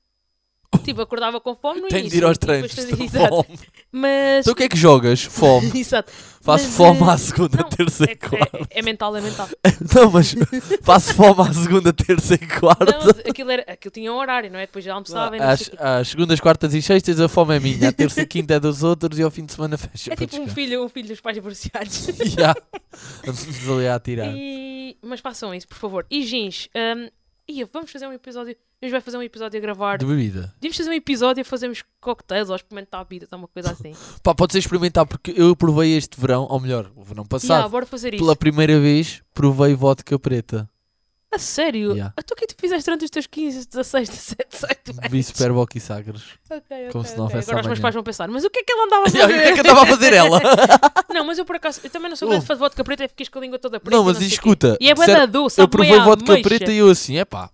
B: Tipo, acordava com fome no
A: Tenho de
B: início.
A: ir aos
B: e
A: treinos.
B: depois fazia-
A: tenho
B: Exato.
A: fome.
B: Mas.
A: Então o que é que jogas? Fome.
B: Exato.
A: Faço
B: Mas,
A: fome
B: eh,
A: à segunda,
B: não,
A: terça
B: É,
A: e quarta.
B: é- é mental, é mental.
A: Não, mas faço fome à segunda, terça e
B: Não,
A: quarta.
B: aquilo, era, aquilo tinha um horário, não é? Depois já almoçava e não sei
A: Às,
B: o quê.
A: às segundas, quartas e sextas a fome é minha, a terça e quinta é dos outros e ao fim de semana fecha
B: É
A: para
B: tipo um
A: descansar.
B: filho, um filho dos pais divorciados.
A: Yeah. Antes ali a tirar.
B: E- Mas façam isso, por favor. E Gins, hum, ia, vamos fazer um episódio. A gente vai fazer um episódio a gravar.
A: De bebida.
B: Devíamos fazer um episódio a fazermos cocktails ou experimentar bebidas, ou uma coisa assim.
A: Pá, pode ser experimentar, porque eu provei este verão, ou melhor, o verão
B: E
A: passado,
B: yeah, bora fazer isso.
A: pela primeira vez, provei vodka preta.
B: A sério?
A: Yeah.
B: Ah, Tu o que é que tu fizeste durante os teus 15, 16, 17, 18 anos?
A: Bebi super boca e sagres.
B: Ok,
A: como
B: ok,
A: se não houvesse
B: ok. Agora os meus
A: amanhã.
B: pais vão pensar, mas o que é que ela andava a
A: O que é que
B: fazer?
A: eu estava a fazer ela?
B: não, mas eu por acaso, eu também não sou
A: Ouve.
B: grande fã de vodka preta e ficas com a língua toda preta.
A: não,
B: e
A: mas
B: sei o quê.
A: escuta.
B: E é bué
A: disseram-
B: da doce,
A: Eu provei vodka
B: ameixa.
A: preta e eu assim, é pá.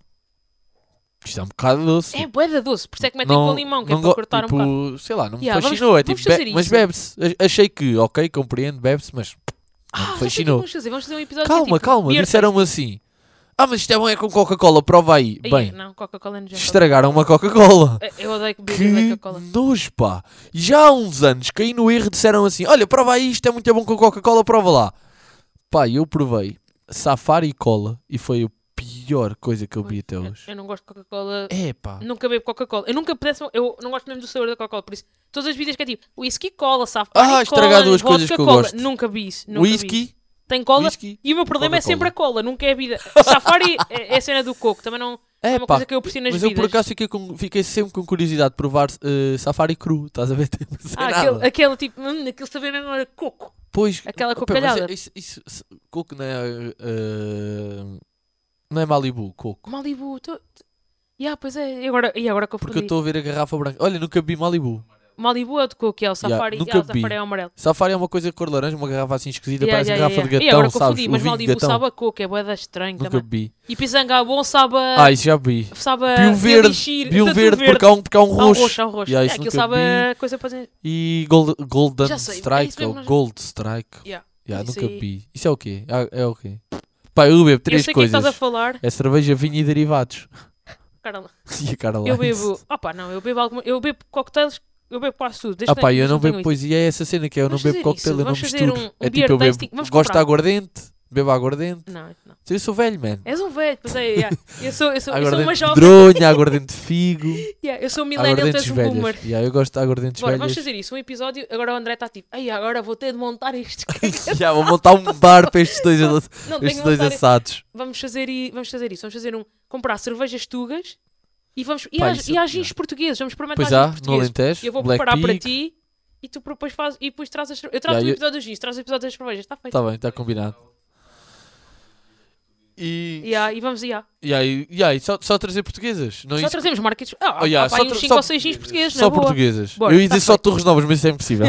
A: Isto é um bocado doce.
B: É bué da doce, por isso é que metem com limão, que é
A: não
B: para
A: go-
B: cortar
A: tipo,
B: um bocado.
A: Sei lá, não me
B: Yeah, vamos-
A: fascinou. é
B: vamos
A: tipo, be-
B: fazer
A: mas
B: isso.
A: bebe-se. A- Achei que, ok, compreendo, bebe-se, mas não
B: Ah,
A: me
B: já sei o que é que
A: fascinou.
B: Vamos fazer, vamos fazer um episódio que é
A: Calma,
B: tipo
A: calma.
B: beer
A: Disseram-me assim. Ah, mas isto é bom, é com Coca-Cola, prova aí.
B: Ai,
A: Bem,
B: não, Coca-Cola é nojento.
A: estragaram uma Coca-Cola.
B: Eu- Eu odeio beber
A: Que
B: Coca-Cola.
A: nojo, pá. Já há uns anos caí no erro e disseram assim: Olha, prova aí, isto é muito bom com Coca-Cola, prova lá. Pá, eu provei safari e cola e foi a pior coisa que eu vi até
B: Eu,
A: hoje.
B: eu não gosto de Coca-Cola.
A: É pá.
B: Nunca bebo Coca-Cola. Eu nunca pudesse. Eu não gosto mesmo do sabor da Coca-Cola. Por isso, todas as bebidas que é tipo whisky, cola, sabe?
A: Ah, estragar duas coisas que eu gosto.
B: Nunca vi isso. Nunca vi isso.
A: Whisky,
B: Tem cola.
A: whisky.
B: E o meu problema é
A: Coca-Cola.
B: sempre a cola, nunca é a vida. Safari é, é a cena do coco, também não é,
A: É
B: uma
A: pá.
B: coisa que eu aprecio nas
A: Mas eu
B: vidas.
A: por acaso fiquei, com- fiquei sempre com curiosidade de provar eh, safari cru, estás a ver? Tipo, sem
B: ah,
A: nada.
B: aquele, aquele tipo, hum, aquele saber mesmo a coco.
A: Pois,
B: aquela
A: pá, mas
B: cocalhada.
A: é- Isso, isso, se- coco não é. eh, não é Malibu, coco.
B: Malibu, tô... Yeah, pois é, e agora, e agora que eu
A: Porque eu
B: fui.
A: estou a ver a garrafa branca. Olha, nunca bebi Malibu.
B: Malibu é o de coco, é o safari,
A: nunca
B: yeah, o
A: vi.
B: safari é o amarelo.
A: Safari é uma coisa de cor laranja, uma garrafa assim esquisita,
B: Yeah,
A: parece
B: yeah,
A: garrafa
B: yeah, yeah.
A: de
B: E
A: gatão,
B: agora
A: sabes?
B: confundi,
A: O
B: mas
A: vinho de
B: Malibu
A: gatão.
B: sabe a coco, é boeda estranho
A: Nunca
B: também.
A: bebi.
B: E pisanga bom sabe a...
A: Ah, isso já bebi.
B: sabe a
A: Vi o verde,
B: elixir,
A: vi o
B: tanto
A: verde, porque há um, porque há um
B: Há um
A: roxo.
B: roxo, há um roxo.
A: Yeah,
B: é,
A: isso
B: aquilo
A: nunca
B: sabe a coisa para... dizer-
A: E Gold- Golden
B: Já sei, é isso
A: Strike,
B: mesmo,
A: ou
B: nós-
A: Gold Strike.
B: Yeah.
A: Yeah,
B: Isso
A: nunca
B: aí-
A: bebi. Isso é o quê? Ah, É o quê? Pá, eu bebo
B: Eu
A: três
B: sei o que é que
A: coisas.
B: estás a falar.
A: É cerveja, vinho e derivados.
B: Carla,
A: E a cara lá.
B: eu bebo... Opa, não, eu bebo, alguma... eu bebo coquetéis eu bebo quase tudo. desde
A: Ah pá,
B: que
A: eu não
B: tenho
A: bebo
B: isso.
A: poesia, é essa cena que é eu não
B: Vamos
A: bebo
B: fazer
A: cocktail,
B: isso,
A: eu não
B: vamos fazer
A: misturo.
B: um- um
A: é
B: beer
A: tipo, eu bebo,
B: tasting, vamos
A: gosto de
B: comprar.
A: aguardente, bebo aguardente.
B: Não, não.
A: Eu sou velho, man.
B: És um velho, pois é. yeah. Eu sou, eu sou, eu sou
A: aguardente
B: uma
A: de
B: jovem.
A: medronha, aguardente de figo,
B: Yeah, eu sou um millennial, tu
A: aguardentes
B: és um boomer.
A: velhas. Yeah, eu gosto de aguardentes
B: Bora, vamos
A: velhas.
B: fazer isso, um episódio. Agora o André está tipo, ai, agora vou ter de montar isto.
A: Já, vou montar um bar para estes dois,
B: não tenho
A: estes
B: de
A: dois
B: montar. um
A: assados.
B: Vamos fazer, e, vamos fazer isso, vamos fazer um. comprar cervejas tugas e vamos. E,
A: Pá,
B: há-
A: isso- é
B: e há gins portugueses, vamos experimentar
A: Pois
B: gins
A: há, no
B: portugueses.
A: Alentejo,
B: Eu vou
A: Black
B: preparar para
A: Peak.
B: ti e tu depois fazes. E depois trazes. as cerve- Eu trago
A: Yeah,
B: o
A: eu- Tá
B: episódio dos gins, traz o episódio das cervejas, está feito.
A: Está bem, está combinado. E,
B: Yeah, e vamos, yeah.
A: e aí, e aí só, só trazer portuguesas? Não é Então
B: Só
A: isso-
B: trazemos marketing. Ah,
A: Oh, yeah,
B: há pá,
A: só
B: aí uns
A: tra-
B: 5
A: só-
B: ou 6 gins portugueses,
A: só
B: na boa.
A: portuguesas.
B: Bora,
A: eu ia dizer
B: tá
A: só
B: feito.
A: Torres Novas, mas isso é impossível.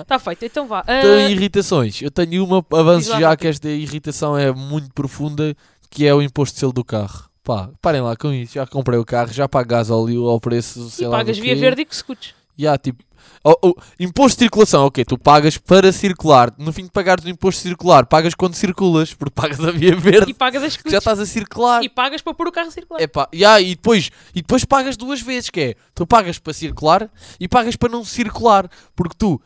B: Está feito, então vá. Ah,
A: Então, irritações. Eu tenho uma, avanço
B: Diz lá,
A: já,
B: Rita.
A: que esta irritação é muito profunda, que é o imposto de selo do carro. Pá, parem lá com isso. Já comprei o carro, já pago gás óleo ao preço, sei
B: e
A: lá
B: pagas
A: do
B: via
A: quê.
B: verde e que escutes.
A: Já, tipo... oh, oh, imposto de circulação, ok, tu pagas para circular. No fim de pagares o imposto de circular, pagas quando circulas, porque pagas a via verde.
B: E pagas as
A: Já tá. É
B: escutes.
A: estás a circular.
B: E pagas para pôr o carro a circular.
A: Epá, yeah, e, depois, e depois pagas duas vezes, que é, tu pagas para circular e pagas para não circular, porque tu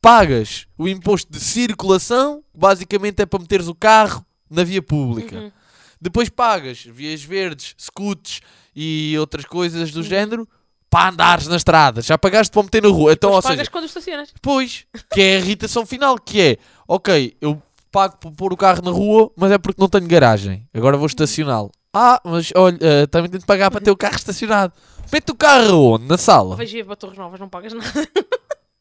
A: pagas o imposto de circulação, que basicamente é para meteres o carro na via pública. Então,
B: Uhum.
A: Depois pagas vias verdes, scooters e outras coisas do género para andares na estrada. Já pagaste para meter na rua. Então,
B: Mas
A: ou
B: pagas
A: seja,
B: quando estacionas.
A: depois, que é a irritação final, que é, ok, eu pago por pôr o carro na rua, mas é porque não tenho garagem. Agora vou estacioná-lo. Ah, mas olha, eh, também tenho de pagar para ter o carro estacionado. Mete o carro onde? Na sala?
B: Vais ver para Torres Novas, não pagas nada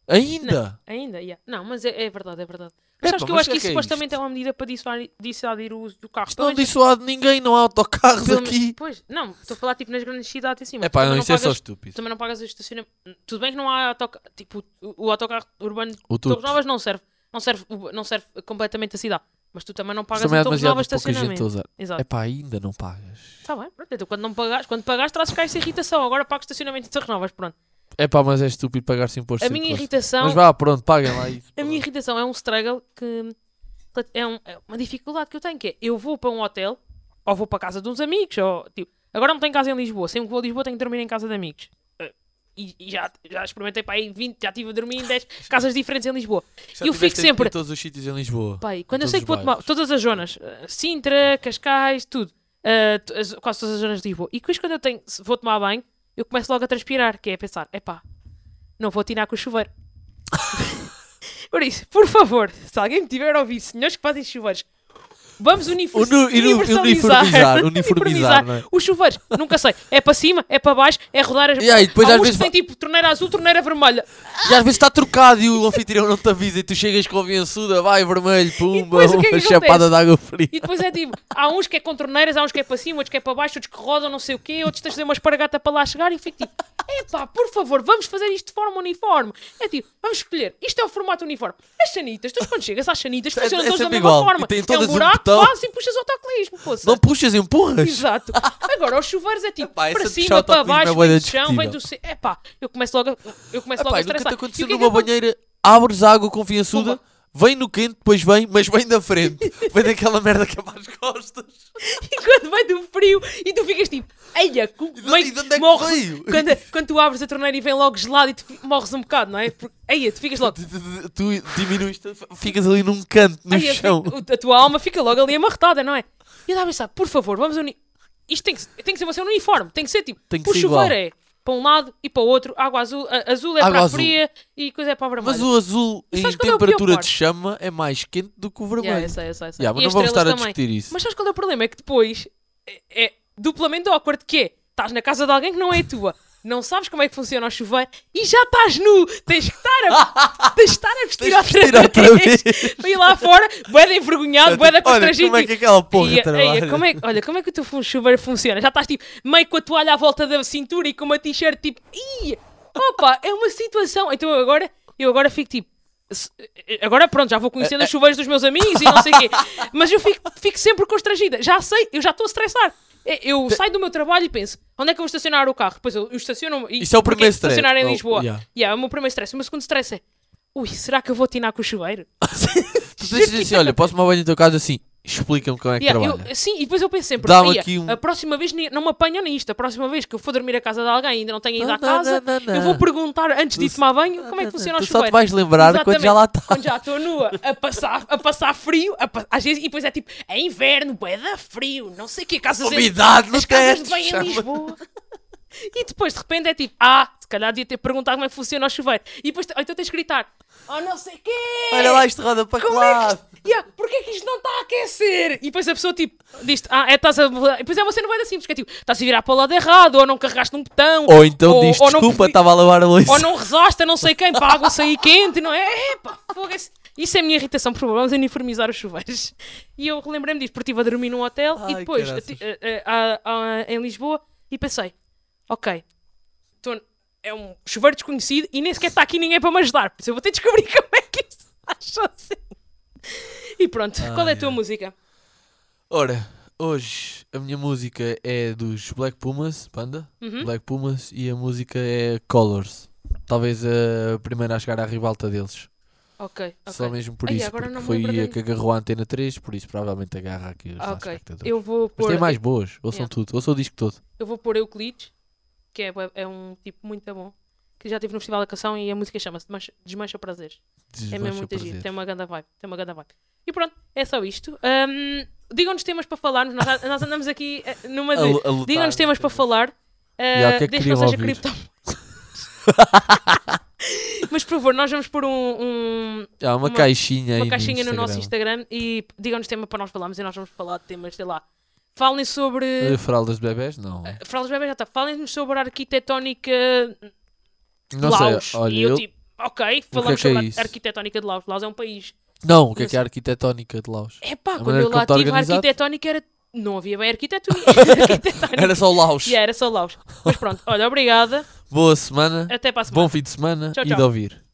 A: Ainda?
B: ainda. yeah. Não, mas é, é verdade, é verdade.
A: Epá,
B: Mas sabes que eu
A: mas
B: acho
A: o que é
B: que isso
A: que é
B: supostamente é uma medida para dissuadir, dissuadir o uso do carro.
A: Isto
B: Pelo
A: não
B: menos-
A: dissuade ninguém, não há autocarros
B: pelo-
A: aqui.
B: Pois, não, estou a falar tipo nas grandes cidades assim. mas
A: É pá,
B: tu
A: não,
B: também
A: isso é só
B: pagas- Então
A: estúpido.
B: Também não pagas o estacionamento. Tudo bem que não há autocarro. Tipo, o, o autocarro urbano de
A: O tudo.
B: Torres Novas não serve. Não serve, o- não serve completamente a cidade. Mas tu também então não pagas
A: Também
B: em
A: há
B: Torres Novas
A: demasiado pouca gente a
B: estacionamento.
A: usar.
B: Exato.
A: É pá, ainda não pagas.
B: Está bem, pronto. Então, quando não pagas, quando pagas, trazes cá essa irritação. Agora pagas estacionamento de Torres Novas, pronto.
A: É pá, mas é estúpido pagar-se imposto
B: A
A: de
B: minha
A: circulação.
B: irritação
A: Mas vá, pronto, paguem lá isso.
B: A minha irritação é um struggle que é, um- é uma dificuldade que eu tenho, que é eu vou para um hotel ou vou para a casa de uns amigos, ou tipo, agora não tenho casa em Lisboa, sempre que vou a Lisboa tenho que dormir em casa de amigos. Eh, E, e já, já experimentei para aí 20, já estive a dormir em 10 casas diferentes em Lisboa.
A: Já
B: eu fico
A: tiveste em-
B: sempre-
A: Em todos os sítios em Lisboa.
B: Pai, quando eu
A: Todos
B: sei que vou
A: os
B: tomar
A: bairros.
B: todas as zonas, eh, Sintra, Cascais, tudo, eh, to- as- quase todas as zonas de Lisboa, e depois quando eu tenho, se vou tomar banho, eu começo logo a transpirar, que é a pensar, epá, não vou atinar com o chuveiro. Por isso, por favor, se alguém me tiver a ouvir, senhores que fazem chuveiros, vamos unifor-
A: Unu- inu-
B: universalizar,
A: uniformizar, uniformizar, não é?
B: os chuveiros. Nunca sei, é para cima, é para baixo, é rodar as...
A: E aí, depois
B: Há
A: às
B: uns
A: vezes
B: que têm tipo torneira azul, torneira vermelha.
A: E às vezes está trocado e o anfitrião não te avisa e tu chegas com a vençuda, vai vermelho, pumba,
B: depois o que é que
A: uma
B: acontece?
A: chapada de água fria.
B: E depois é tipo, há uns que é com torneiras, há uns que é para cima, outros que é para baixo, outros que rodam não sei o quê, outros tens de fazer uma espargata para lá chegar e eu fico tipo, epá, por favor, vamos fazer isto de forma uniforme. É tipo, vamos escolher, isto é o formato uniforme. As sanitas, tu quando chegas às sanitas, funcionam
A: é
B: todas da
A: sempre
B: mesma
A: igual,
B: forma.
A: e têm
B: É um
A: todas um
B: buraco,
A: botão.
B: fazes e puxas autoclismo, poça.
A: Não puxas, empurras.
B: Exato. Agora, os chuveiros é tipo,
A: Epá, essa
B: para
A: de
B: cima,
A: puxar
B: para
A: autoclismo é
B: baixo,
A: bué
B: vem do
A: de
B: chão, vem
A: discutível.
B: do... ce- Epá, eu começo logo a, eu começo logo
A: Epá,
B: a
A: e nunca
B: estressar.
A: te
B: E
A: aconteceu
B: o que é que
A: numa
B: acontece?
A: banheira, abres água com fiançuda, vem no quente, depois vem, mas vem da frente. Vem daquela merda que é para as costas.
B: E quando vai do frio e tu ficas tipo, eia, cu-
A: de-
B: meio
A: e de onde é que
B: morres- um
A: veio?
B: Quando, quando tu abres a torneira e vem logo gelado e tu fi- morres um bocado, não é? Porque, eia, tu ficas logo.
A: Tu- tu- Tu diminuis, tu ficas ali num canto, no
B: eia,
A: chão.
B: fica- o- a tua alma fica logo ali amarretada, não é? E eu estava a pensar, por favor, vamos unir. Isto tem que, se- tem que ser, vai ser um uniforme, tem que ser tipo,
A: Tem que
B: o
A: ser
B: chuveiro
A: igual.
B: é para um lado e para o outro, água azul, a- azul é
A: Água
B: para a
A: azul.
B: fria e coisa é para a vermelha.
A: Mas o azul
B: E
A: em
B: sabes qual é o pior
A: temperatura
B: parte?
A: de chama é mais quente do que o vermelho.
B: Yeah, eu sei, eu sei, eu sei.
A: Yeah, mas
B: E
A: não
B: as
A: vamos estar
B: estrelas
A: a
B: também.
A: discutir isso.
B: Mas sabes qual é o problema? É que depois é, é duplamente awkward que é, estás na casa de alguém que não é a tua, não sabes como é que funciona o chuveiro e já estás nu, tens que estar a, tens de estar a vestir
A: Tens que vestir
B: outra,
A: outra
B: vez, para ir lá fora, boeda envergonhado, boeda
A: Olha,
B: constrangido.
A: como é que
B: tipo,
A: aquela porra
B: "Ia,
A: trabalha?
B: ia, como é, olha, como é que o teu fu- chuveiro funciona? Já estás tipo meio com a toalha à volta da cintura e com uma t-shirt tipo, "Ih, opa, é uma situação. Então eu agora, eu agora fico tipo, se- agora pronto, já vou conhecendo os chuveiros dos meus amigos e não sei o quê, mas eu fico, fico sempre constrangida. Já sei, eu já estou a estressar. É, Eu saio do meu trabalho e penso, onde é que eu vou estacionar o carro? Depois eu, eu estaciono e
A: Isso é o
B: porque
A: primeiro stress.
B: estacionar em
A: Oh,
B: Lisboa.
A: yeah.
B: Yeah, é o meu primeiro stress. O meu segundo stress é, ui, será que eu vou atinar com o chuveiro?
A: Tu dizes assim, olha, posso tomar banho no teu caso assim? Explica-me como é que
B: Yeah, eu-
A: trabalha.
B: sim, e depois eu penso sempre,
A: Dá-me
B: "Ia,
A: aqui um-
B: a próxima vez ni- não me apanham nisto, a próxima vez que eu for dormir à casa de alguém e ainda não tenho ido
A: Não,
B: à
A: não,
B: casa,
A: não, não,
B: eu
A: não.
B: vou perguntar antes de ir
A: Tu-
B: tomar banho como é que funciona o
A: tu só
B: chuveiro.
A: te vais lembrar quando já lá tá. está.
B: Quando já estou nua, a passar, a passar frio, a pa- às vezes, e depois é tipo, é inverno, é da frio, não sei o que, casas em-
A: Umidade no
B: as casas
A: teto,
B: de banho em
A: chama.
B: Lisboa. E depois de repente é tipo, ah, se calhar devia ter perguntado como é que funciona o chuveiro. E depois, ou então tens de gritar, oh não sei o quê.
A: Olha lá, isto roda para que
B: Como é que
A: lado.
B: isto, yeah, porquê é que isto não está a aquecer? E depois a pessoa tipo, diz ah, é, estás a. E depois é uma cena bem simples, que é tipo, estás a virar para o lado errado, ou não carregaste um botão,
A: Ou então diz,
B: ou não
A: desculpa,
B: fui-
A: estava a lavar a louça.
B: ou não rezaste a não sei quem para a água sair quente, não é? Epá, fogo, esse- isso é a minha irritação, por favor, vamos uniformizar os chuveiros. E eu relembrei-me disso, porque estive a dormir num hotel
A: Ai,
B: e depois
A: caraças.
B: ati- eh, eh, ah, ah, em Lisboa e pensei, ok, tô- é um chuveiro desconhecido e nem sequer está aqui ninguém para me ajudar, por isso eu vou ter de descobrir como é que isso acha assim. E pronto, qual é a tua música?
A: Ora, hoje a minha música é dos Black Pumas, banda,
B: Uhum.
A: Black Pumas, e a música é Colors. Talvez a primeira a chegar à ribalta deles.
B: Ok, ok.
A: Só mesmo por
B: Ai,
A: isso,
B: agora
A: porque
B: não me
A: foi
B: lembro
A: a
B: de-
A: que agarrou a Antena 3, por isso provavelmente agarra aqui os
B: Ah,
A: nossos
B: ok,
A: espectadores.
B: eu vou
A: Mas
B: pôr,
A: tem mais boas, ouçam
B: Yeah.
A: tudo, ouçam o disco todo.
B: Eu vou pôr Euclides, que é, bué- é um tipo muito bom, que já teve no Festival da Canção e a música chama-se Desmancha, Desmancha Prazeres. é mesmo
A: Desmancha
B: muito giro,
A: prazer.
B: tem uma ganda vibe, tem uma ganda vibe. E pronto, é só isto. Ahm, Digam-nos temas para falarmos, nós, nós andamos aqui eh, numa
A: A lu- a
B: de...
A: lutar,
B: Digam-nos temas para falar, ah,
A: Yeah, o que é que
B: desde que
A: queriam
B: não seja
A: ouvir?
B: criptomoedas. Mas por favor, nós vamos pôr um- um,
A: Há uma,
B: uma-
A: caixinha aí
B: uma caixinha no nosso
A: Instagram.
B: Instagram e digam-nos tema para nós falarmos e nós vamos falar de temas, sei lá. Falem sobre.
A: Eh, Fraldas de bebés? Não.
B: Fraldas Bebés já está. Falem-nos sobre a arquitetónica de
A: Não
B: Laos.
A: sei, olha,
B: e eu,
A: eu-
B: tipo, ok,
A: que é
B: falamos
A: que é
B: sobre
A: isso?
B: a arquitetónica de Laos. Laos é um país.
A: Não, o que é
B: não
A: que é a arquitetónica de Laos?
B: É
A: A
B: pá, quando
A: maneira
B: eu lá
A: como está
B: estive, a
A: organizado?
B: arquitetónica era. Não havia bem arquitetura. arquitetónica.
A: Era só o Laos.
B: Yeah, era só Laos. Mas pronto, olha, obrigada.
A: Boa semana,
B: Até para a semana.
A: bom fim de semana
B: Tchau,
A: e
B: tchau.
A: de ouvir.